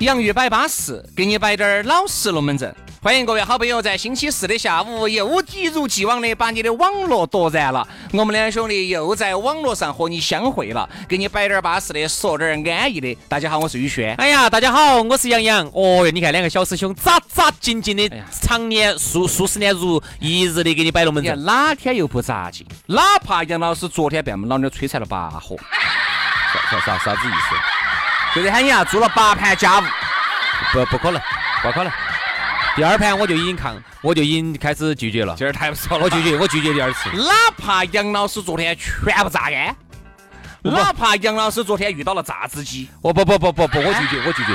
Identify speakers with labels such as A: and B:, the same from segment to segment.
A: 洋芋摆巴适，给你摆点儿老实龙门阵。欢迎各位好朋友在星期四的下午又一如既往的把你的网络夺燃了。我们两兄弟又在网络上和你相会了，给你摆点儿巴适的，说点儿安逸的。大家好，我是宇轩。
B: 哎呀，大家好，我是杨洋。哦哟，你看两个小师兄扎扎紧紧的，常年数数十年如一日的给你摆龙门
A: 你
B: 阵
A: 看。哪天又不咋劲，哪怕杨老师昨天被我们老娘摧残了八火，
B: 啥啥啥子意思？
A: 就是喊你啊做了八盘家务，
B: 不不可能，不可能。第二盘我就已经抗，我就已经开始拒绝了。
A: 今儿太不错
B: 我拒绝，我拒绝第二次。
A: 哪怕杨老师昨天全部榨干，哪怕杨老师昨天遇到了榨汁机，
B: 我不不不不不，我拒绝，我拒绝。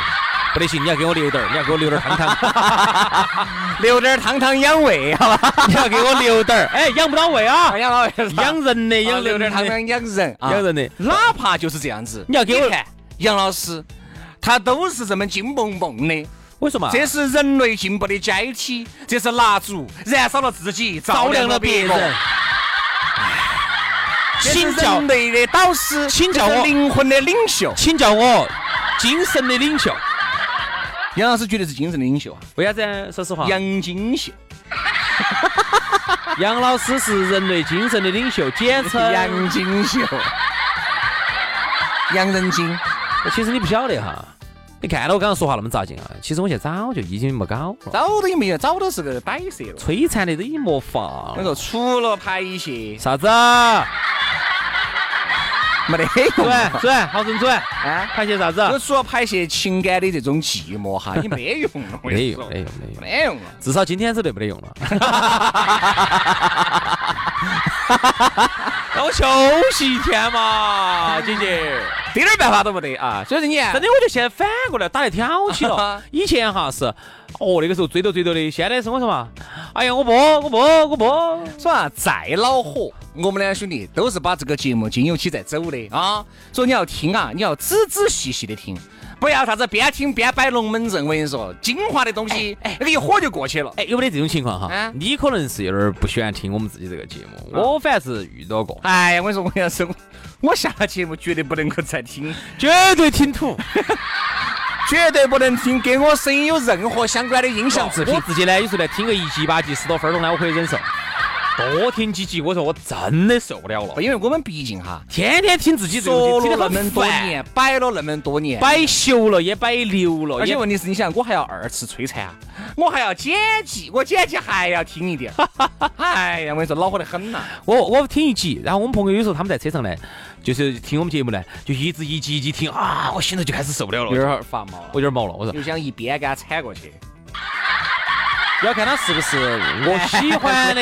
B: 不得行，你要给我留点儿，你要给我留点儿汤汤，
A: 留点儿汤汤养胃，好吧？
B: 你要给 我留点儿。哎，养不到胃啊，
A: 养老胃是吧
B: 养人的，
A: 啊
B: 养
A: 留点儿
B: 人的
A: 汤汤养人啊，
B: 养人的。
A: 哪怕就是这样子，
B: 你要给我
A: 看杨老师，他都是这么金蹦蹦的。
B: 我说嘛，
A: 这是人类进步的阶梯，这是蜡烛燃烧了自己，
B: 照
A: 照亮
B: 亮
A: 了
B: 了
A: 别
B: 别
A: 人
B: 人。。
A: 这是
B: 请教
A: 人类的导师，
B: 请教
A: 这是
B: 我
A: 灵魂的领袖。
B: 请叫我精神的领袖。
A: 杨老师绝对是精神的领袖啊，
B: 为啥子？说实话，杨
A: 杨金 秀，
B: 杨老师是人类精神的领袖，简称
A: 杨金秀，杨仁金。
B: 其实你不晓得哈，你看到我刚刚说话那么扎劲啊，其实我现在早就已经没搞了，
A: 早都没有，早都是个摆设了。
B: 摧残的都已经没法
A: 我
B: 了。
A: 说除了排泄，
B: 啥子？啊
A: 没得
B: 主
A: 用
B: 任，
A: 啊
B: 主任，郝总主任，
A: 啊。
B: 看些啥子？
A: 就除了排泄情感的这种寂寞 哈，你没用了，我跟
B: 没
A: 你
B: 用，
A: 说
B: 没用，没用。
A: 没用啊了。
B: 至少今天是对不得用了。 让我休息一 天嘛，姐姐。
A: 一点儿办法都不得啊！所以说你看。
B: 真，的，我就现在反过来打得挑起了以前哈是，哦那个时候追都追到的，现在是我说嘛，哎呀我不我不我不。
A: 说啊，再恼火，我们两兄弟都是把这个节目经由起在走的啊。所以你要听啊，你要仔仔细细的听，不要啥子边听边摆龙门阵。我跟你说，精华的东西，那个一火就过去了。
B: 哎，有没得这种情况哈
A: 啊？
B: 你可能是有点儿不喜欢听我们自己这个节目，
A: 嗯
B: 我反正是遇到过，
A: 哎呀，我跟你说，我要是我，我下了节目绝对不能够再听，
B: 绝对听土。
A: 绝对不能听跟我声音有任何相关的音响制品
B: 我。自己呢，有时候呢听个一集八集十多分钟呢，我可以忍受。多听几集，我说我真的受不了了。
A: 因为我们毕竟哈，
B: 天天听自己这
A: 说
B: 个，听
A: 了
B: 得
A: 那
B: 很
A: 么多
B: 烦，
A: 年，摆了那么多年，
B: 摆熟了也摆流了，
A: 而且
B: 也
A: 问题是，你想，我还要二次摧残啊， 我还要剪辑，我剪辑还要听一点。 哎呀，我跟你说，恼火得很呐、
B: 我我听一集，然后我们朋友有时候他们在车上呢，就是听我们节目呢，就一直一集一集听啊，我心头就开始受不了了，
A: 有点发毛
B: 我
A: 了，
B: 有点毛了。我说
A: 又想一鞭给他铲过去。
B: 要看他是不是我喜欢的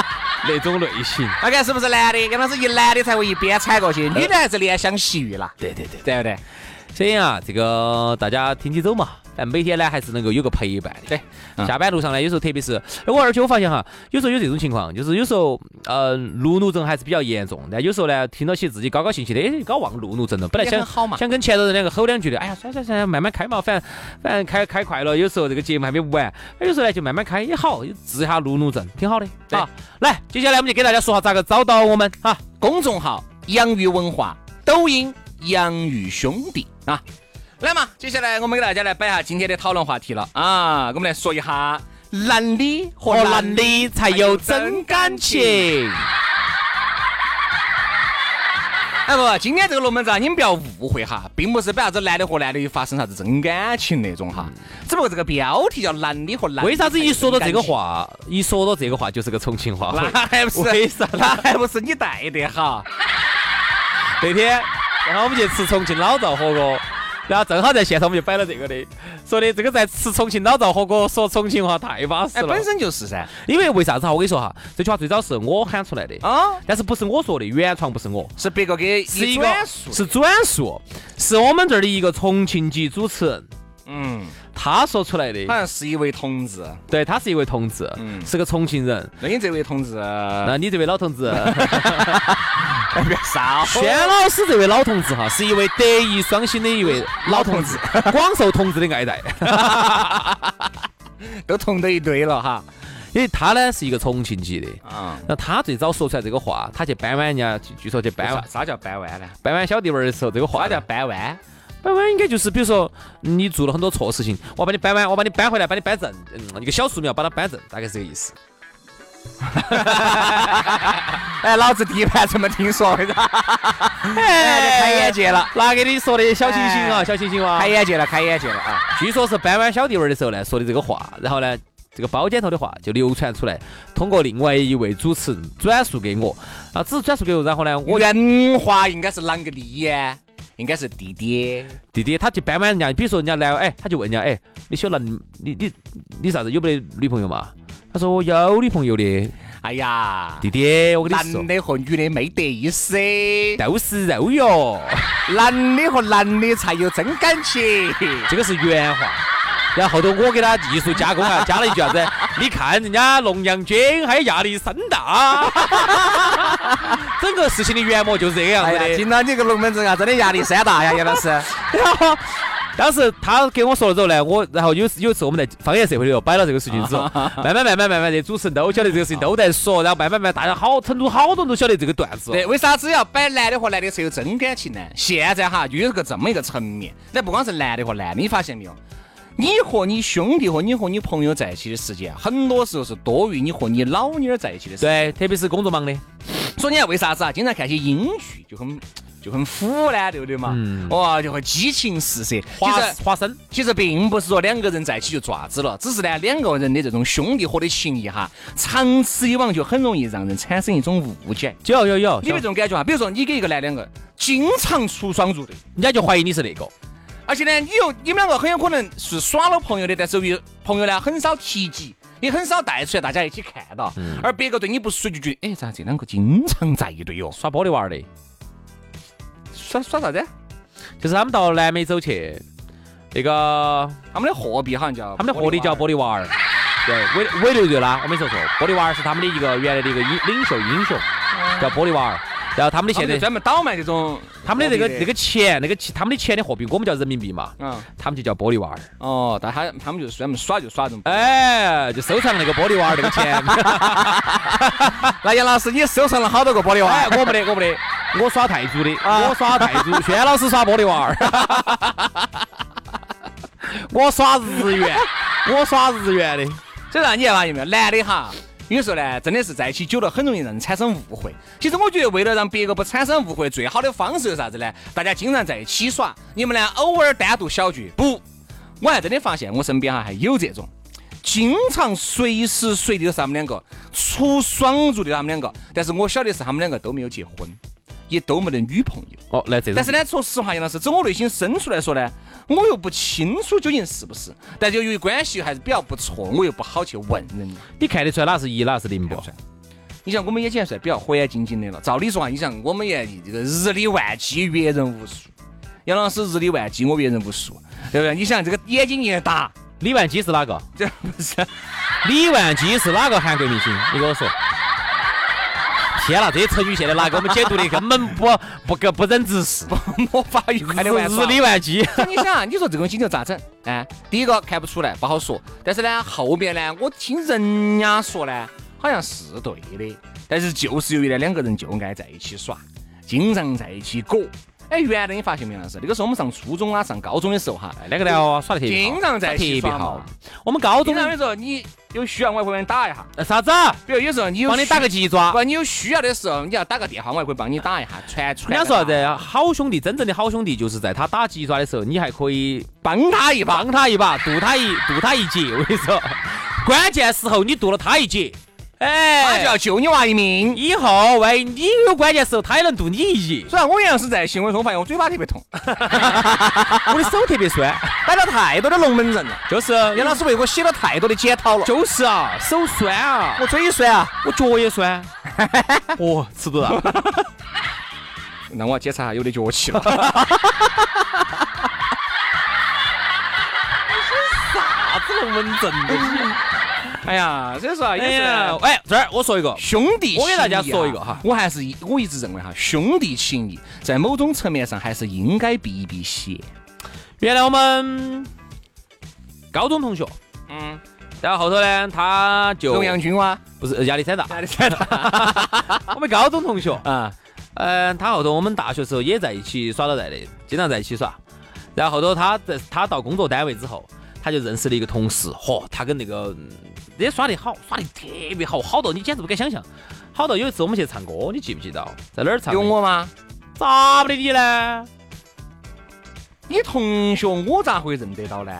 B: 那种类型。
A: 那看是不是男的？跟老师一男的才会一鞭铲过去，女的还是怜香惜玉啦，
B: 对对对，
A: 对不对？
B: 所以啊，这个大家听起走嘛，反正每天呢还是能够有个陪伴的。
A: 嗯
B: 对，下班路上呢，有时候特别是，哎我而且我发现哈，有时候有这种情况，就是有时候呃路怒症还是比较严重，但有时候呢，听到起自己高高兴兴的，哎，搞忘路怒症了，本来
A: 也
B: 想
A: 很好嘛
B: 想跟前头人两个吼两句的，哎呀，算算算，慢慢开嘛，反正反正开开哎快了，有时候这个节目还没完，哎有时候呢就慢慢开也好，治一下路怒症，挺好的。
A: 对
B: 啊，来，接下来我们就给大家说下咋个找到我们哈。
A: 公众号“洋芋文化”，抖音“洋芋兄弟”啊。来嘛，接下来我们给大家来摆一下今天的讨论话题了啊！我们来说一下男的和
B: 和
A: 男
B: 男
A: 的
B: 哦的才有真感情。
A: 哎不，今天这个龙门阵啊，你们不要误会哈，并不是把啥子男的和男的发生啥子真感情那种哈，只不过这个标题叫男的和男的。
B: 嗯为啥子一说到这 个？话，一说到这个话就是个重庆话？
A: 那还哎不是？
B: 为啥
A: 那还不是你带的哈？
B: 那天，然后我们去吃重庆老灶火锅，然后正好在现场我们就摆了这个的，说的这个在吃重庆老灶火锅说重庆话太巴适
A: 哎，
B: 了
A: 本。身就是噻。
B: 因为为啥子啊哈？我跟你说哈，这句话最早是我喊出来的
A: 啊，
B: 但是不是我说的，原创不是我，
A: 是别个给
B: 是
A: 一
B: 一个
A: 转述的。
B: 是转述，是我们这儿的一个重庆籍主持人
A: 嗯，
B: 他说出来的
A: 好。像是一位同志。
B: 对，他是一位同志，
A: 哎嗯啊
B: 是个重庆人。
A: 那你这位同志，
B: 那你这位老同志，
A: 别笑
B: 轩老师这位老同 志哈，是一位德艺双馨的一位老同志，广受同志的爱戴。
A: 都同到一堆了哈。
B: 因为他呢是一个重庆籍的，
A: 啊，
B: 那他最早说出来这个话，他去掰弯人家，据据说去掰
A: 啥
B: 弯
A: 啥叫掰弯呢？
B: 掰弯小弟们儿的时候，这个话
A: 啥叫掰弯？
B: 掰弯应该就是，比如说你做了很多错事情，我把你掰弯，我把你掰回来，把你掰正，嗯，一个小树苗把它掰正，大概是这个意思。
A: 哎，老子第一盘这么听说的，哎，开眼界了，
B: 那给你说的小清新啊，
A: 哎
B: 小清新啊
A: 开。眼界了，开眼界了啊！
B: 据说是掰弯小弟们儿的时候呢说的这个话，然后呢，这个包剪头的话就流传出来，通过另外一位主持人转述给我，啊，只是转述给我，然后呢，我
A: 原话应该是啷个哩呀？应该是弟弟。
B: 弟弟他去掰弯人家，比如说人家来，哎，他就问人家，哎，你晓得你你你你啥子有没得女朋友嘛？他说我有女朋友的，
A: 哎呀，
B: 弟弟，我跟你说
A: 男，的和女的没得意思，
B: 都是肉哟。
A: 男的和男的才有真感 情。
B: 这个是原话。然后后头我给他艺术加工啊，加了一句啥子？你看人家龙阳君还压力山大，整个事情的原模就是这个样
A: 哎
B: 子
A: 呀，
B: 的。
A: 听到你这个龙门阵啊，真的压力山大呀，杨老师。
B: 然后当时他给我说了之后呢，我然后有有一次我们在方言社会里头摆了这个事情之后，慢慢慢慢慢慢，这主持人都晓得这个事情都在说，然后慢慢慢慢，大家好，成都好多人都晓得这个段子。
A: 对，为啥子要摆男的和男的才有真感情呢？现在哈，又有个这么一个层面，那不光是男的和男的，你发现没有？你和你兄弟和你和你朋友在一起的时间，很多时候是多于你和你老妞儿在一起的时间。
B: 对，特别是工作忙的，
A: 所以你看为啥子啊？经常看些英剧就很就很腐烂，对不对嘛？哇，就会激情四射。其
B: 花
A: 实
B: 花生。
A: 其实并不是说两个人在一起就爪子了，只是呢两个人的这种兄弟伙的情谊哈，长此以往就很容易让人产生一种误解。
B: 有有有，
A: 你有没有这
B: 人
A: 种感觉啊？比如说你跟一个男两个经常出双入对，
B: 家就怀疑你是那个。
A: 而且呢，你又你们两个很有可能是耍了朋友的，但是由于朋友呢很少提及，也很少带出来大家一起看到，而别个对你不熟就觉得，哎，咋这两个经常在一堆哦？
B: 耍玻璃娃儿的，
A: 耍耍啥子？
B: 就是他们到南美洲去，那个
A: 他们的货币好像叫
B: 他们的货里叫玻璃娃儿，对，委委内瑞拉，我没说错，玻璃娃儿是他们的一个原来的一个英领袖英雄，叫玻璃娃儿。然后他们
A: 哦他
B: 的现
A: 们就
B: 在
A: 专门倒卖这种
B: 他们的
A: 货
B: 那个
A: 币
B: 那个钱，那个钱他们的钱的货币，我们叫人民币嘛，
A: 嗯
B: 他们就叫玻璃娃儿。
A: 哦，但他他们就是专门耍就耍这种。
B: 哎，就收藏那个玻璃娃儿那个 钱。
A: 那杨老师，你收藏了好多个玻璃
B: 哎，我不得，我不得，我耍泰铢的，
A: 啊
B: 我耍泰铢，轩老师耍玻璃 娃儿，我耍日元，我耍日元的。
A: 所以说，你看嘛，有没有男的哈？有时候呢，真的是在一起久了，很容易让人产生误会。其实我觉得，为了让别个不产生误会，最好的方式是啥子呢？大家经常在一起耍，你们呢偶尔单独小聚。不，我还真的发现我身边哈还有这种，经常随时随地都是他们两个出双入对，他们两个。但是我晓得是他们两个都没有结婚，也都没得女朋友。
B: 哦，来这种
A: 但是呢，说实话，杨老师，从我内心深处来说呢，我又不清楚究竟是不是。但由于关系还是比较不错，我又不好去问人家。
B: 你看得出来哪是一，哪是零不？
A: 你像我们也现在算比较和蔼静静的了。照理说啊，你像我们也这个日理万机，阅人无数。杨老师日理万机，我阅人无数，对不对？你想这个眼睛一大，
B: 李万基是哪个？
A: 这不是
B: 李万基是哪个韩国明星？你跟我说。天啦，这些成语现在拿给我们解读的根本不不不不忍直视。
A: 魔法愉快的玩
B: 日
A: 耍。
B: 理万机，
A: 所以你想啊，你说这个东西你又咋整？哎，第一个看不出来，不好说。但是呢，后面呢，我听人家说呢，好像是哎啊对的。但是就是由于呢，两个人就爱在一起耍，经常在一起裹，哎，原来你发现没，杨老师，那个时候我们上初中啊、上高中的时候哈，
B: 两个人哦耍得特别
A: 经
B: 好，
A: 常在一
B: 特
A: 起
B: 别
A: 耍嘛
B: 好。。我们高
A: 经
B: 中
A: 常有时候你有需要，我还会帮你打一下。
B: 呃啥子？
A: 比如有时候你有
B: 帮你打个
A: 需
B: 鸡爪。
A: 不，你有需要的时候，你要打个电话，我还会帮你打一下，传传。
B: 人家说啥子？啊好兄弟，真正的好兄弟就是在他打鸡爪的时候，你还可以
A: 帮哎他一把。
B: 帮他一把，渡他一渡他一劫。我跟你说，关键时候你渡了他一劫，
A: 他就
B: 哎，
A: 要救你娃一命。
B: 以后万一你有关键时候，他也能渡你一劫。
A: 虽然我原来是在行为中发现我嘴巴特别痛，
B: 我的手特别酸，
A: 摆了太多的龙门阵了。
B: 就是
A: 杨老师为我写了太多的检讨了，
B: 就是啊，手酸啊，
A: 我嘴酸啊。
B: 我脚也酸， 哦，吃不 到。
A: 那我要检查啊下有的脚气了。
B: 啥子龙门阵的？
A: 哎呀，所以说啊，
B: 哎
A: 也
B: 呀
A: 是，。
B: 哎，这儿我说一个，
A: 兄弟情谊啊，
B: 我给大家说一个哈
A: 我还是我一直认为哈，兄弟情谊在某种层面上还是应该避一避嫌。
B: 原来我们高中同学，
A: 嗯，
B: 然后后头呢，他就
A: 荣阳君啊哇，
B: 不是压力山大，
A: 哪里来的？
B: 我们高中同学，
A: 啊，
B: 嗯，他后头我们大学时候也在一起耍到在的，经常在一起耍。然后后头他在他到工作单位之后，他就认识了一个同事，嚯，他跟那个嗯也耍得好，耍得特别好，好到你简直不敢想象。好到有一次我们去唱歌，你记不记得？在哪儿唱的？
A: 有我吗？
B: 咋不得你呢？
A: 你同学我咋会认得到呢？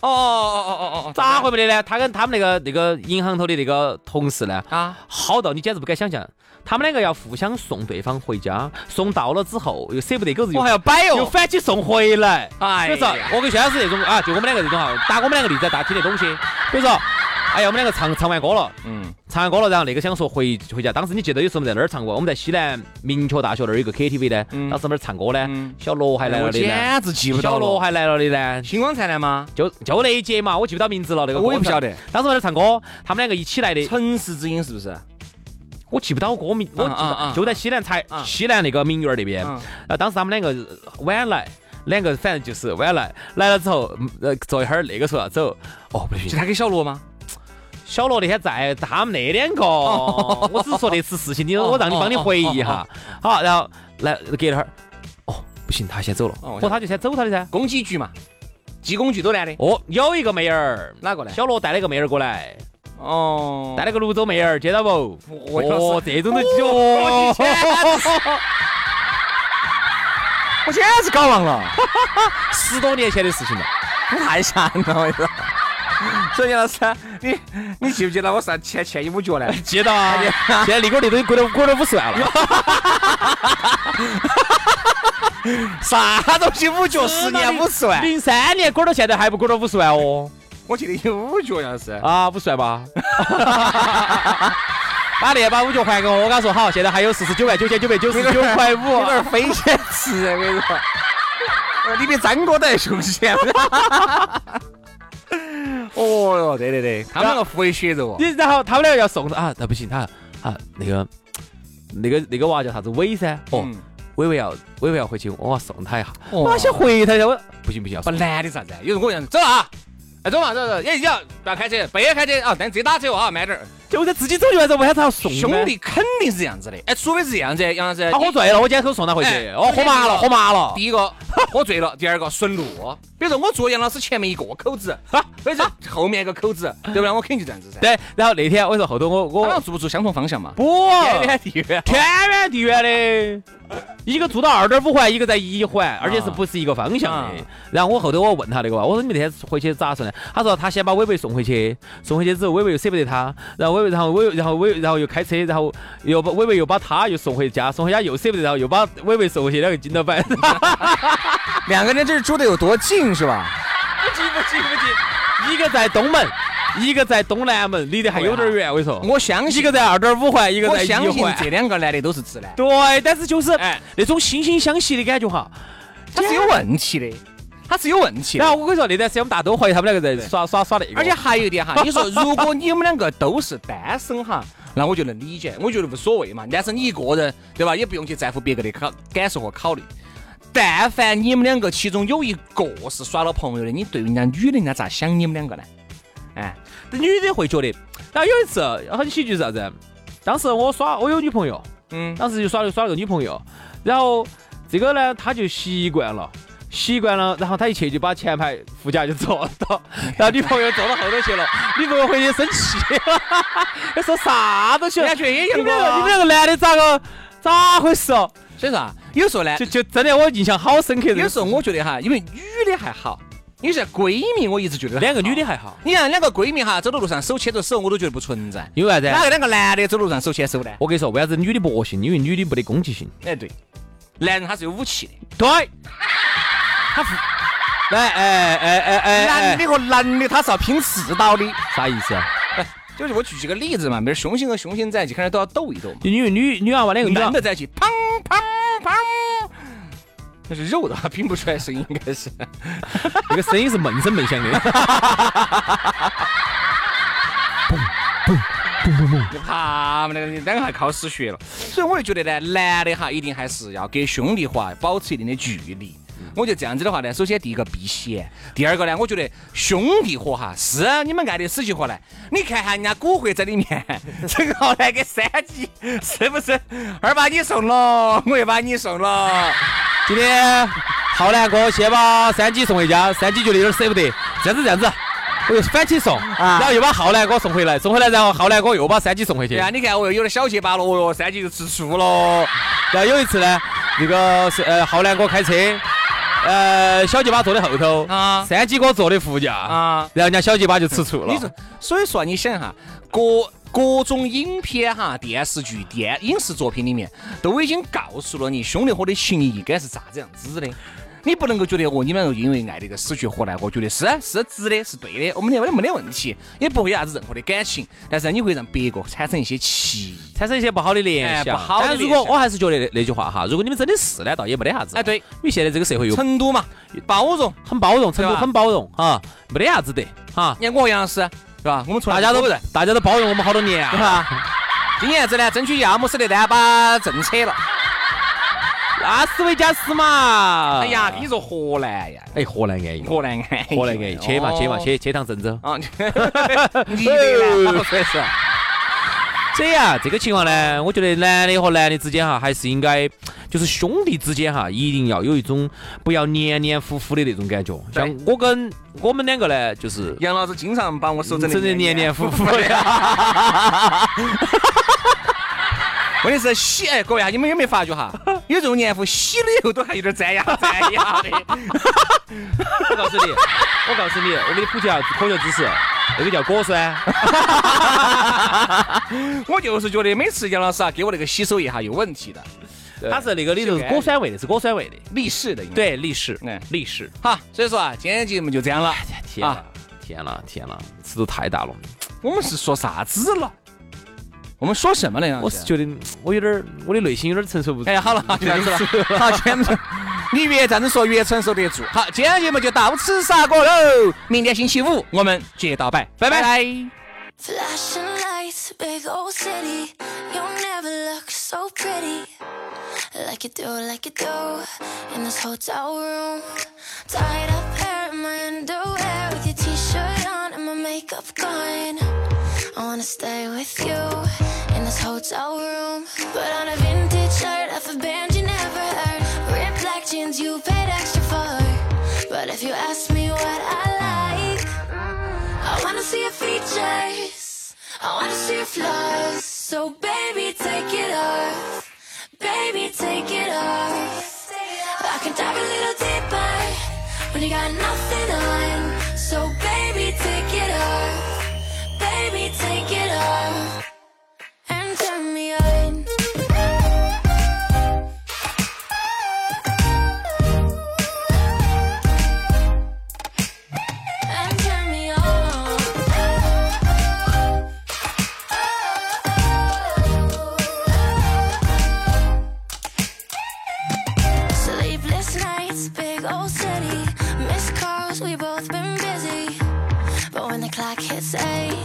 A: 哦哦哦哦哦哦，
B: 咋会不得呢？他跟他们那个那个银行头的那个同事呢，
A: 啊？
B: 好到你简直不敢想象。他们两个要互相送对方回家，送到了之后又舍不得狗
A: 我
B: 日，又
A: 哦还要摆
B: 又
A: 哟。
B: 反起送回来。
A: 哎
B: 比如说
A: 呀，
B: 我跟薛老师那种啊，就我们两个这种哈，打我们两个例子，大家听得懂些。比如说，哎呀，我们两个唱唱完歌了，
A: 嗯，
B: 唱完歌了，然后那个想说回回家。当时你记得有时候我们在哪儿唱过？我们在西南明确大学那儿有个 KTV 呢，
A: 嗯
B: 当时我们那儿唱歌呢
A: 嗯，
B: 小罗还来
A: 我
B: 了的呢，
A: 简直记不
B: 小
A: 到
B: 罗
A: 了。
B: 还来了的呢，
A: 星光灿烂吗？
B: 就就那一节嘛，我记不到名字了，那个哎
A: 我也不
B: 歌手
A: 晓。得。
B: 当时我在那儿唱歌，他们两个一起来的，
A: 城市之音是不是？
B: 嗯我记不到歌名，我记不
A: 啊啊
B: 到
A: 啊
B: 就在西南才
A: 啊
B: 西南那个名园那边。
A: 嗯，
B: 然后当时他们两个呃晚来，两个反正就是晚来，来了之后，嗯呃，坐一会儿那个说要走，哦，不
A: 就
B: 行，
A: 他跟小罗吗？
B: 小罗那天在他们那两个，
A: 哦
B: 我只是说那次事情，你我让你帮你回忆一下，好，然后来隔了会儿，哦，不行，他先走了，
A: 哦
B: 哦，他就先走他的噻。
A: 公鸡局嘛，鸡公局都男的。
B: 哦，有一个妹儿，
A: 哪个呢？
B: 小罗带了一个妹儿过来，
A: 哦
B: 带了个泸州妹儿，接到不？
A: 我
B: 哦
A: 我，
B: 这种都哦，
A: 我简直搞忘了，
B: 十多年前的事情了。
A: 我太吓人了，我跟你说。所以杨老师，你你记不记得我上前前一五脚呢？
B: 接到
A: 哎
B: 啊！现在离我那东西过了过了五十万了。
A: 啥东西五角十年五十万？
B: 哦零三年滚到现在还不滚到五十万哦？
A: 我记得有五角杨老师。
B: 啊，五十万 吧。把那把五角还给我，我跟他说好，现在还有四十九万九千九百九十九块
A: 你
B: 五啊
A: 那。儿飞钱吃，我跟你说，呃你比张哥都还凶 险。哦哟，对对对，他们两个互为血肉哦。
B: 你然后他们两个要送啊，那不行，他啊那个那个那个娃叫啥子伟噻？哦，
A: 嗯，
B: 伟伟要伟伟要回去，我要送他一下，我
A: 哦
B: 想回他一下，我不行不行，要
A: 啊不
B: 送
A: 难的啥子？有人跟我讲，走了啊，哎，走嘛，走走，也要不要开车，不要开车啊，但自己打车啊，慢点儿。
B: 就在自己走就完之后，为啥他要送呢
A: 兄？弟肯定是这样子的，哎，除非是这样子，杨老师，
B: 他喝醉了，我今天可送他回去。
A: 哎
B: 哦，喝麻了，喝麻了
A: 第。一个喝醉了，第二个顺路。哦比如说我坐杨老师前面一个口子，或者后面一个口子，对不对？我肯定就这样子噻。
B: 对，然后那天我跟你说后头我
A: 他们
B: 我
A: 住不住相同方向嘛？
B: 不
A: 天远地 远。
B: 天远地远的，一个住到二点五环，一个在一环，而且是不是一个方向
A: 啊
B: 的。然后我后头我问他那个娃，我说你那天回去咋说呢？他说他先把伟伟送回去，送回去之后伟伟又舍不得他，然后伟伟然后伟然后伟然后又开车，然后又把伟伟又把他又送回家，送回家又舍不得，然后又把伟伟送回去，两个紧到板。
A: 两个人这是住的有多近是吧？
B: 一个在东门，一个在东南门，离得还有点远，我跟你说。
A: 我相
B: 一
A: 信，
B: 个在二点五环，一个
A: 我
B: 在一
A: 相信
B: 环。
A: 这两个男的都是直男，
B: 对，但是就是
A: 哎
B: 那种惺惺相惜的感觉哈。
A: 他是有问题的，他是有问题的
B: 啊然。后我跟你说，那段时间我们大家都怀疑他们两个在耍耍耍那个，
A: 而且还有一点哈，你说如果你们两个都是单身哈，那我就能理解，我觉得无所谓嘛。但是你一个人，对吧？也不用去在乎别个的考感受和考虑。但凡你们两个其中有一个是耍了朋友的，你对人家女的，人家咋想你们两个呢？哎，
B: 女的会觉得。然后有一次很喜剧是啥子？当时我耍，我有女朋友，
A: 嗯，
B: 当时就耍了耍了个女朋友，然后这个呢，他就习惯了。习惯了，然后他一去就把前排副驾就坐 到，然后女朋友坐到后头去了，女朋友回去生气了，他 说啥都去了，
A: 人家觉得也
B: 你
A: 养
B: 们两
A: 过
B: 个你们两个男的咋个咋回事哦？
A: 所以说啊，有时候呢
B: 就，就真的我印象好深刻这个，
A: 有时候我觉得哈，因为女的还好，因为像闺蜜，我一直觉得
B: 两个女
A: 的。
B: 的还好，
A: 你看两个闺蜜哈，走到路上手牵着手，我都觉得不存在。
B: 因为啥子
A: 哪？个两个男的走路上手牵手呢？
B: 我跟你说，为啥子女的不恶心？因为女的没得攻击性。
A: 哎，对，男人他是有武器的。
B: 对，他不来，哎哎哎哎
A: 男
B: 哎，
A: 的和男的他是要拼刺刀的。
B: 啥意思啊？
A: 就是我举几个例子嘛，比如雄性和雄性在一起，可能都要斗一斗嘛。
B: 因为女女娃娃两个女娃
A: 男的在一起，砰砰砰，那是肉的话 拼不出来声音，应该是。
B: 那个声音是闷声闷响的，
A: 你怕嘛？那个两个还靠死学了。所以我就觉得呢，男的哈一定还是要跟兄弟伙保持一定的距离。我觉得这样子的话呢，首先第一个避嫌，第二个呢，我觉得兄弟伙哈是你们爱得死就活来。你看哈人家古惑仔里面，这个后来给三级， 是不是？二把你送了，我又把你送了。
B: 今天浩南哥先把三姐送回家，三姐觉得有点舍不得，这样子这样哎子，我又反起送，然后又把浩南哥送回来，送回来然后浩南哥又把三姐送回去，
A: 对啊，
B: 然
A: 你看我又有点小结巴了，哦哟，三级就吃醋了。
B: 后有一次呢，那个是呃浩南哥开车，呃小结巴坐在后头，
A: 啊
B: 三姐哥坐的副驾，
A: 啊
B: 然后人家小结巴就吃醋了
A: 你，说，所以说你想哈，各各种影片哈、电视剧、电影视作品里面，都已经告诉了你兄弟伙的情谊应该是咋子样子的。你不能够觉得哦，你们两个因为爱这个死去活来，我觉得是是值的，是对的，我们两个没得问题，也不会有啥子任何的感情，但是你会让别个产生一些歧义。
B: 产生一些不好的联
A: 哎
B: 想。
A: 不好的
B: 但如
A: 联
B: 果
A: 想
B: 我还是觉得那那句话哈，如果你们真的是呢，倒也没得啥子。
A: 哎，，对，
B: 因为现在这个社会又
A: 成都嘛，包容，
B: 很包容，成
A: 对
B: 都
A: 吧
B: 很包容啊，没得啥子的哈。
A: 你看我和杨老师是吧？我们从来
B: 大家都
A: 不认，
B: 大家都包容我们好多年
A: 对
B: 啊。
A: 吧？ 今年子呢，争取亚姆斯特丹把正扯了。
B: 阿斯维加斯嘛，
A: 哎呀，你，说荷兰呀，
B: 哎，河南安逸，
A: 荷兰安逸，哦
B: 河南安逸，去嘛去嘛去去趟郑州。
A: 啊，哦 你的 呢？
B: 确实。这样，这个情况呢，我觉得男的和男的之间哈，还是应该就是兄弟之间哈，一定要有一种不要黏黏糊糊的那种感觉。
A: 对
B: 像我跟我们两个呢， 就是
A: 杨老师经常把我手整
B: 整
A: 的
B: 的黏黏糊糊的。
A: 问题是洗，哎，各位啊，你们有没有发觉哈？有这种黏糊，洗了以后都还有点粘 牙粘牙的。
B: 我告诉你，我告诉你，我给你普及下科学知识，那个叫果酸。
A: 我就是觉得每次杨老师啊给我那个洗手液哈有问题的，
B: 它是那个里头是果酸味的，是果酸味的。
A: 立式的应该。
B: 对，历史
A: 哎，
B: 历史。
A: 好，所以说啊，今天节目就这样了。
B: 天呐，天呐，天呐，尺度太大了。
A: 我们是说啥子了？我们说什么了？杨老
B: 我
A: 师
B: 是觉得我有点儿，我的内心有点儿承受不住。
A: 哎，好了，就这样子了。好，今天 你越这样子说越承受得住。好，今天节目就到此杀过喽。明天星期五我们接到拜，拜拜。
C: Flashing lights, big old city. You'll never look so pretty. Like you do, like you do. In this hotel room. Tied up hair in my underwear. With your t shirt on and my makeup gone. I wanna stay with you. In this hotel room. Put on a vintage shirt off a band you never heard. Ripped black jeans you paid extra for. But if you ask me what I like. I wanna see your features. I wanna see your flaws. So baby, take it off. Baby, take it off. I can dive a little deeper when you got nothing on. So baby, take it off. Baby, take it off. And turn me on. And turn me on. Sleepless nights, big old city. Missed calls, we both been busy. But when the clock hits eight,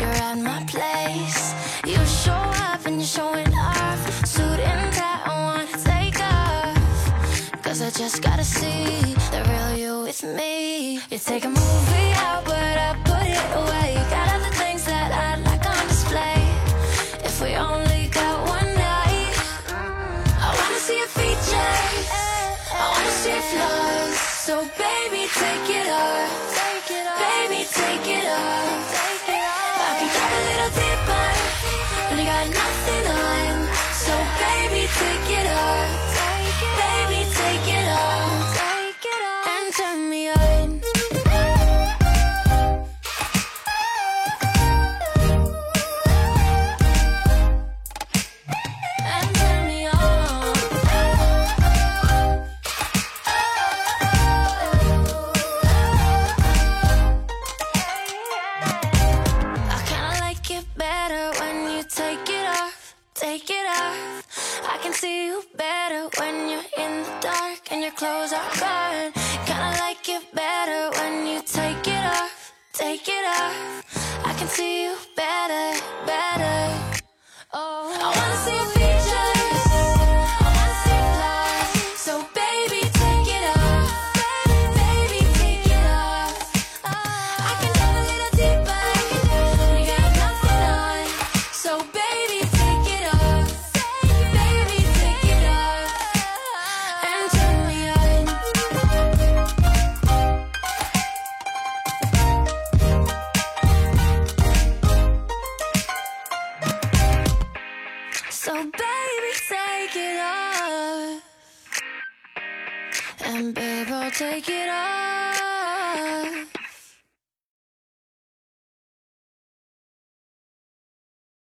C: you're at my place. You show up and you're showing off. Suit and tie, I wanna take off. Cause I just gotta see the real you with me. You take a movie out, but I put it away. Got other things that I'd like on display. If we only got one night. I wanna see your features. Take it off, take it off, baby, take it off, take it off. I can dive a little deeper when you got nothing on. So baby, take it off, take it, baby, take it off, take it off, and turn me on. And turn me on. Oh. I kinda like it better when you take it off, take it off. I can see you better when you're in the dark and your clothes are gone. Kinda like it better when you take it off, take it off. I can see you better, better. Oh, I wanna see your features. I wanna see you fly. So baby, take it off, baby, take it off. I can dive a little deeper. You got nothing on, so baby, take it off, baby, take it off, and turn me on. So baby, take it off. And babe, I'll take it off.